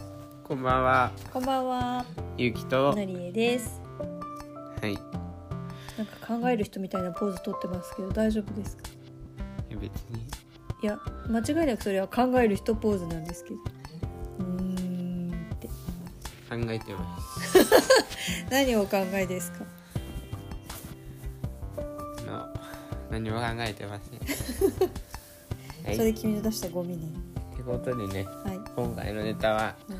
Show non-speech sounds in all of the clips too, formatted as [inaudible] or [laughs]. ばんはこんばんは、ゆうきとなりえです。はいなんか考える人みたいなポーズとってますけど大丈夫ですか？別にいや、間違いなくそれは考える人ポーズなんですけど。うーんって考えてます何をお考えですか？の何も考えてま [laughs] せんはいそれ君の出したゴミね。ってことでねはい。今回のネタはうん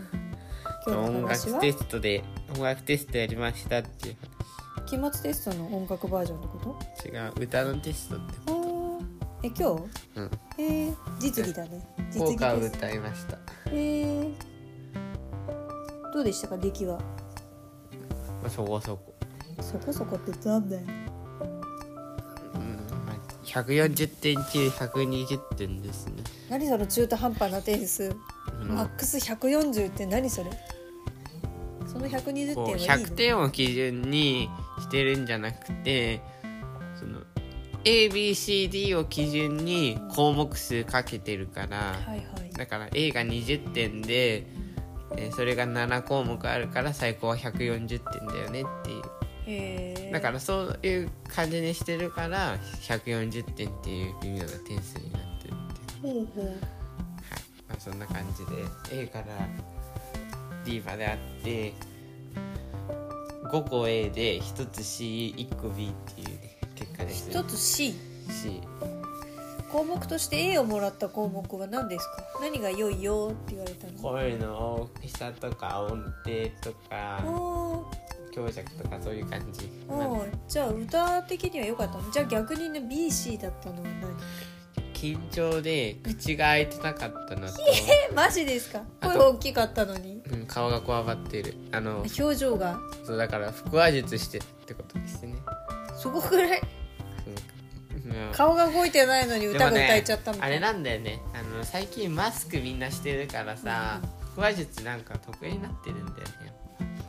今日の音話は楽テストで音楽テストやりましたっていう期末テストの音楽バージョンってこと？違う歌のテストってあーえ今うん日？えー、実技だね。実効技果をです。歌いましたえー、どうでしたか出来は？まあそこそこそこそこってなんだよ。うんまあ140点中120点ですね何その中途半端な点数。うんマックス140って何それその120点こはいういの100点を基準にしてるんじゃなくてその ABCD を基準に項目数かけてるからはいはいだから A が20点で、えーそれが7項目あるから最高は140点だよねっていうへえだからそういう感じにしてるから140点っていう微妙な点数になってるっていう、ほうほうはいまあ、そんな感じで A から D まであって5個 A で1つ C1 個 B っていう、ね、結果です、一つ C C 項目として A をもらった項目は何ですか何が良いよって言われたの声の大きさとか音程とかお強弱とかそういう感じ、ーおーじゃあ歌的には良かったのじゃあ逆にね BC だったのは何緊張で口が開いてなかったのと、えマジですかあと声が大きかったのにうん、顔がこわばってるあの表情がそうだから腹話術してるってことですね、そこぐらいうんうん顔が動いてないのに歌でがもね歌えちゃったみたあれいな、なんだよねあの最近マスクみんなしてるからさ、腹話術なんか得意になってるんだよね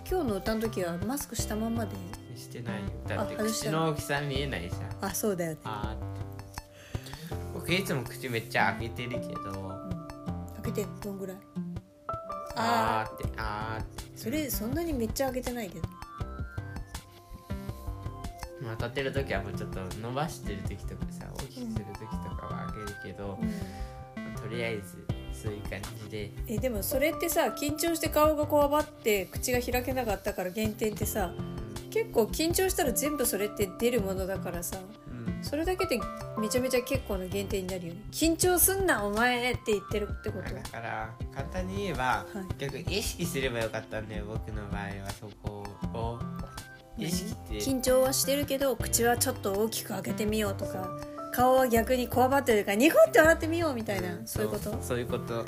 今日の歌の時はマスクしたまんまでしてないよだってあ外し口たの大きさ見えないじゃんあそうだよねあーって僕いつも口めっちゃ開けてるけど開けてどんぐらいあああーってあーってそれそんなにめっちゃ開けてないけどまあ、立てる時はもうちょっと伸ばしてる時とかさ大きくする時とかはあげるけど、とりあえずそういう感じでえでもそれってさ緊張して顔がこわばって口が開けなかったから減点ってさ結構緊張したら全部それって出るものだからさうん、それだけでめちゃめちゃ結構な減点になるよね緊張すんなお前って言ってるってこまあとだから簡単に言えば、い逆に意識すればよかったんだよ僕の場合はそこを意識って緊張はしてるけど口はちょっと大きく開けてみようとか顔は逆にこわばってるからニコって笑ってみようみたいな、んそういうことそうそういうことあ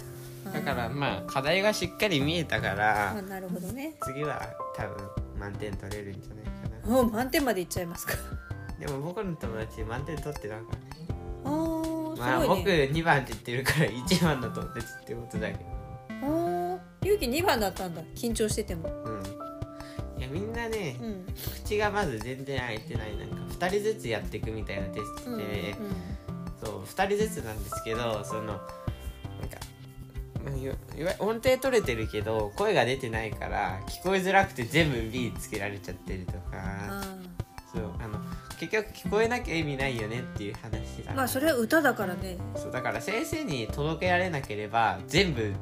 ーだからまあ課題がしっかり見えたから、まあなるほどね次は多分満点取れるんじゃないかなもう満点までいっちゃいますかでも僕の友達満点取ってなんかねあーまあすごい僕ね、 2番って言ってるから1番の友達ってことだけどあーゆうき2番だったんだ緊張しててもうんいやみんなね、うん口がまず全然開いてないなんか2人ずつやっていくみたいなテストうんうんで、そう2人ずつなんですけどそのなんかまあいわいわ音程取れてるけど声が出てないから聞こえづらくて全部 B つけられちゃってるとかあそうあの結局聞こえなきゃ意味ないよねっていう話だーまあそれは歌だからねそうだから先生に届けられなければ全部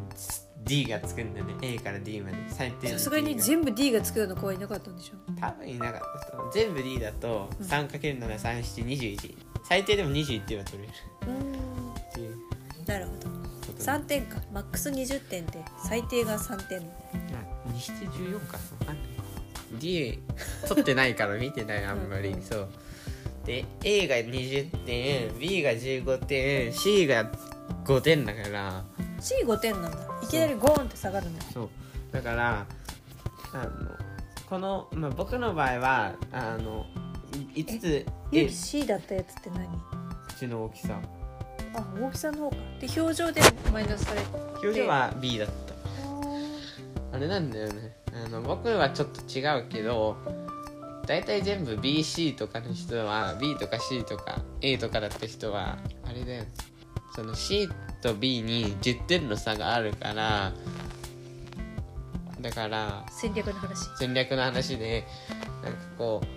D がつくんだよね A から D まで最低の D がさすがに全部 D がつくような子はいなかったんでしょ多分いなかったと思う全部 D だと 3×73721 最低でも21点は取れるうんっていうなるほどことで3点かマックス20点で最低が3点まあにして14かわかんない D 取ってないから見てないあんまりうんそうで A が20点 B が15点 C が5点だから C5 点なんだいきなりゴーンって下がるのそうだからあのこの、まあ、僕の場合はあの5つゆう A き C だったやつって何口の大きさあ大きさの方かで表情でマイナスされた表情は B だったあれなんだよねあの僕はちょっと違うけど大体全部 BC とかの人は B とか C とか A とかだった人はあれだよその C と B に10点の差があるからだだから戦略の話戦略の話でなんかこう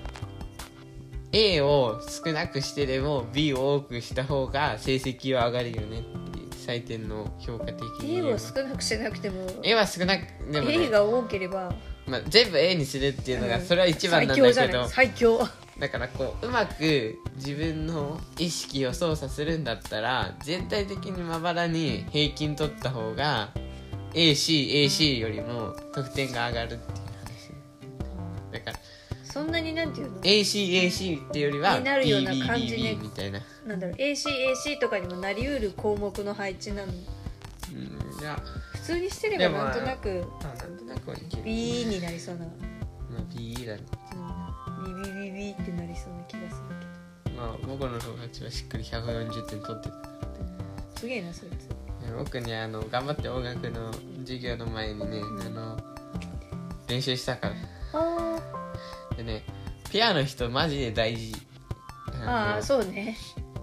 A を少なくしてでも B を多くした方が成績は上がるよねっていう採点の評価的に A 言えばを少なくしなくても A は少なくでも、 A ねが多ければまあ、全部 A にするっていうのうがんそれは一番最なん強だじゃけなどい最強だからこううまく自分の意識を操作するんだったら全体的にまばらに平均取った方が ACAC よりも得点が上がるっていう話だから [laughs] そんなになんていうの ACAC ってよりはになるような感じね BBBB みたいな、なんだろう ACAC とかにもなりうる項目の配置なのうん、じゃ普通にしてれでばもなんとなくあまあなんとなくはいける B になりそうな、まあ B だねうん、ビビビビってなりそうな気がするけどまあ僕の友達はしっくり140点取ってたすげえなそいつで僕ねあの頑張って音楽の授業の前にねあの練習したからあでねピアノ人マジで大事ーのあーそうね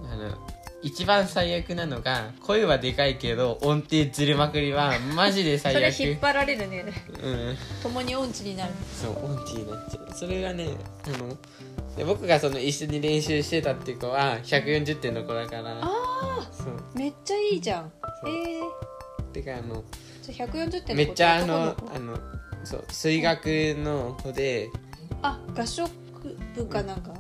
あの一番最悪なのが声はでかいけど音程ずれまくりはマジでそ最れ悪引っ張られるねうん共に音痴になるそう音痴になっちゃうそれがねあので僕がその一緒に練習してたっていう子は140点の子だからあそうーめっちゃいいじゃんそうえてかあのー、じゃあ140点のことめっちゃあ男の子あのそう水学の子であ合唱部かなんか、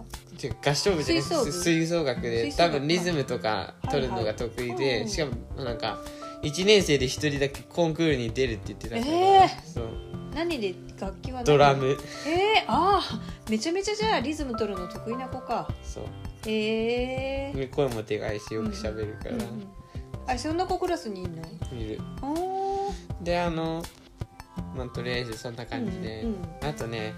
違う合唱部じゃなくて吹奏部す吹奏楽で吹奏多楽分リズムとか取るのが得意で、はいはいしかもなんか1年生で1人だけコンクールに出るって言ってたから、えーそう何で楽器は何ドラムえー、あーめちゃめちゃじゃあリズム取るの得意な子かそうえー、で声もでかいしよく喋るからうんうん、あそんな子クラスにいんの見るおーであのまあとりあえずそんな感じで、うんうんあとね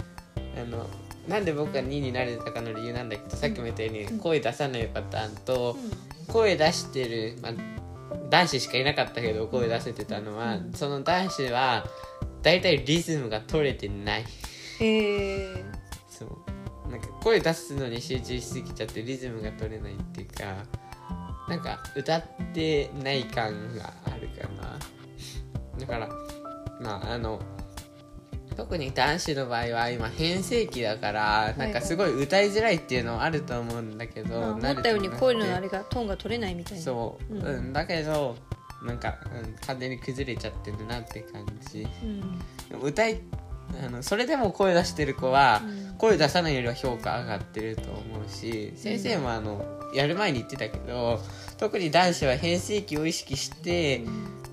あのなんで僕が2になれたかの理由なんだけどさっきも言ったように声出さないパターンと、う声出してる、まあ、男子しかいなかったけど声出せてたのは、うんその男子は大体リズムが取れてないん、えーそうなんか声出すのに集中しすぎちゃってリズムが取れないっていうかなんか歌ってない感があるかなだからまああの特に男子の場合は今変声期だからなんかすごい歌いづらいっていうのはあると思うんだけど、まあ慣思れったようてになく声てのあれがトーンが取れないみたいなそう、うんうん、だけどなんか、うん、完全に崩れちゃってるなって感じうんでも歌いあのそれでも声出してる子は、うん声出さないよりは評価上がってると思うし先生もあの、やる前に言ってたけど特に男子は変声期を意識して、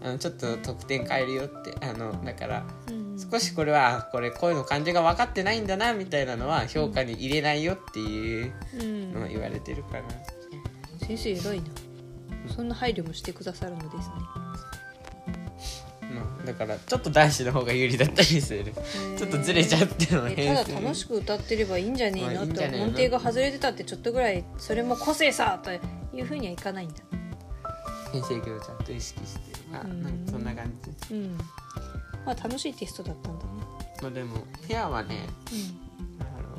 あのちょっと得点変えるよってあのだからうん少しこれはこれ声の感じが分かってないんだなみたいなのは評価に入れないよっていううんのは言われてるかな。先生偉いなそんな配慮もしてくださるのですねまあだからちょっと男子の方が有利だったりするちょっとずれちゃってるのえただ楽しく歌ってればいいんじゃねえまあのいいんじゃとねえの音程が外れてたってちょっとぐらいそれも個性さというふうにはいかないんだ編成業をちゃんと意識してまあうんなんかそんな感じうんまあ楽しいテストだったんだねまあでもペアはねあの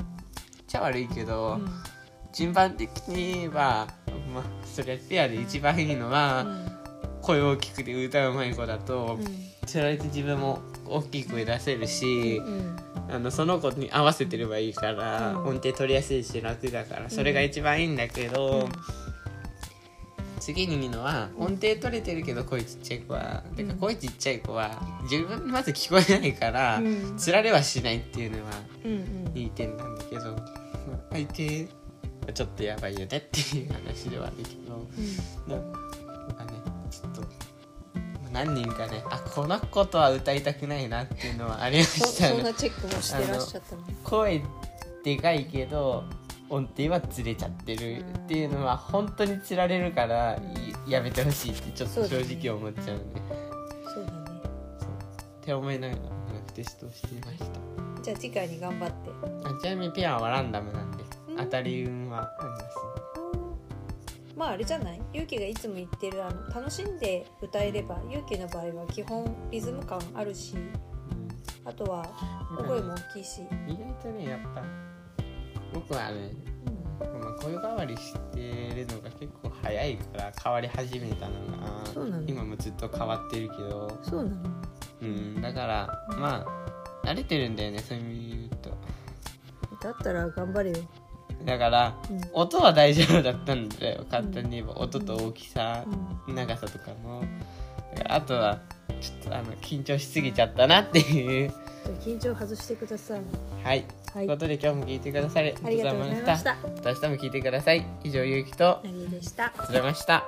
じゃ悪いけうど、ん順番的にはまあそりゃペアで一番いいのうは、ん声大きくて歌うまい子だと、うそれで自分も大きい声出せるし、んうんあのその子に合わせてればいいから、うん音程取りやすいし楽だからそれが一番いいんだけど、次にいいのは音程取れてるけど声ちっちゃい子は、うんだから声ちっちゃい子は自分まず聞こえないから、うんつられはしないっていうのはうんうんいい点なんだけど、まあ相手はちょっとやばいよねっていう話ではあるけどなんかねちょっと何人かねあこの子とは歌いたくないなっていうのはありまそしたそんねな。チェックもしてらっしゃったの声でかいけど音程はずれちゃってるっていうのは本当につられるからいやめてほしいってちょっと正直思っちゃうんで、そうだねそうって思いながらテストをしていましたじゃあ次回に頑張ってあちなみにペアはランダムなんでうん当たり運はありままああれじゃないゆうきがいつも言ってるあの楽しんで歌えればゆうきの場合は基本リズム感あるしす、あとはうんお声も大きいし、意外とねやっぱ僕はね、うまあ、声変わりしてるのが結構早いから変わり始めたのそうながの今もずっと変わってるけどん、そうなのうん、だからまあ慣れてるんだよねそういうとだったら頑張れよ、だからうん音は大丈夫だったんだよ簡単に言えば音と大きさうん長さとかもだからあとはちょっとあの緊張しすぎちゃったなっていう緊張外してくださいはい、はといいうことで今日も聞いてくださりありがとうございましたありがとうございましたまた明日も聞いてください以上ゆうきとなりえでした釣れました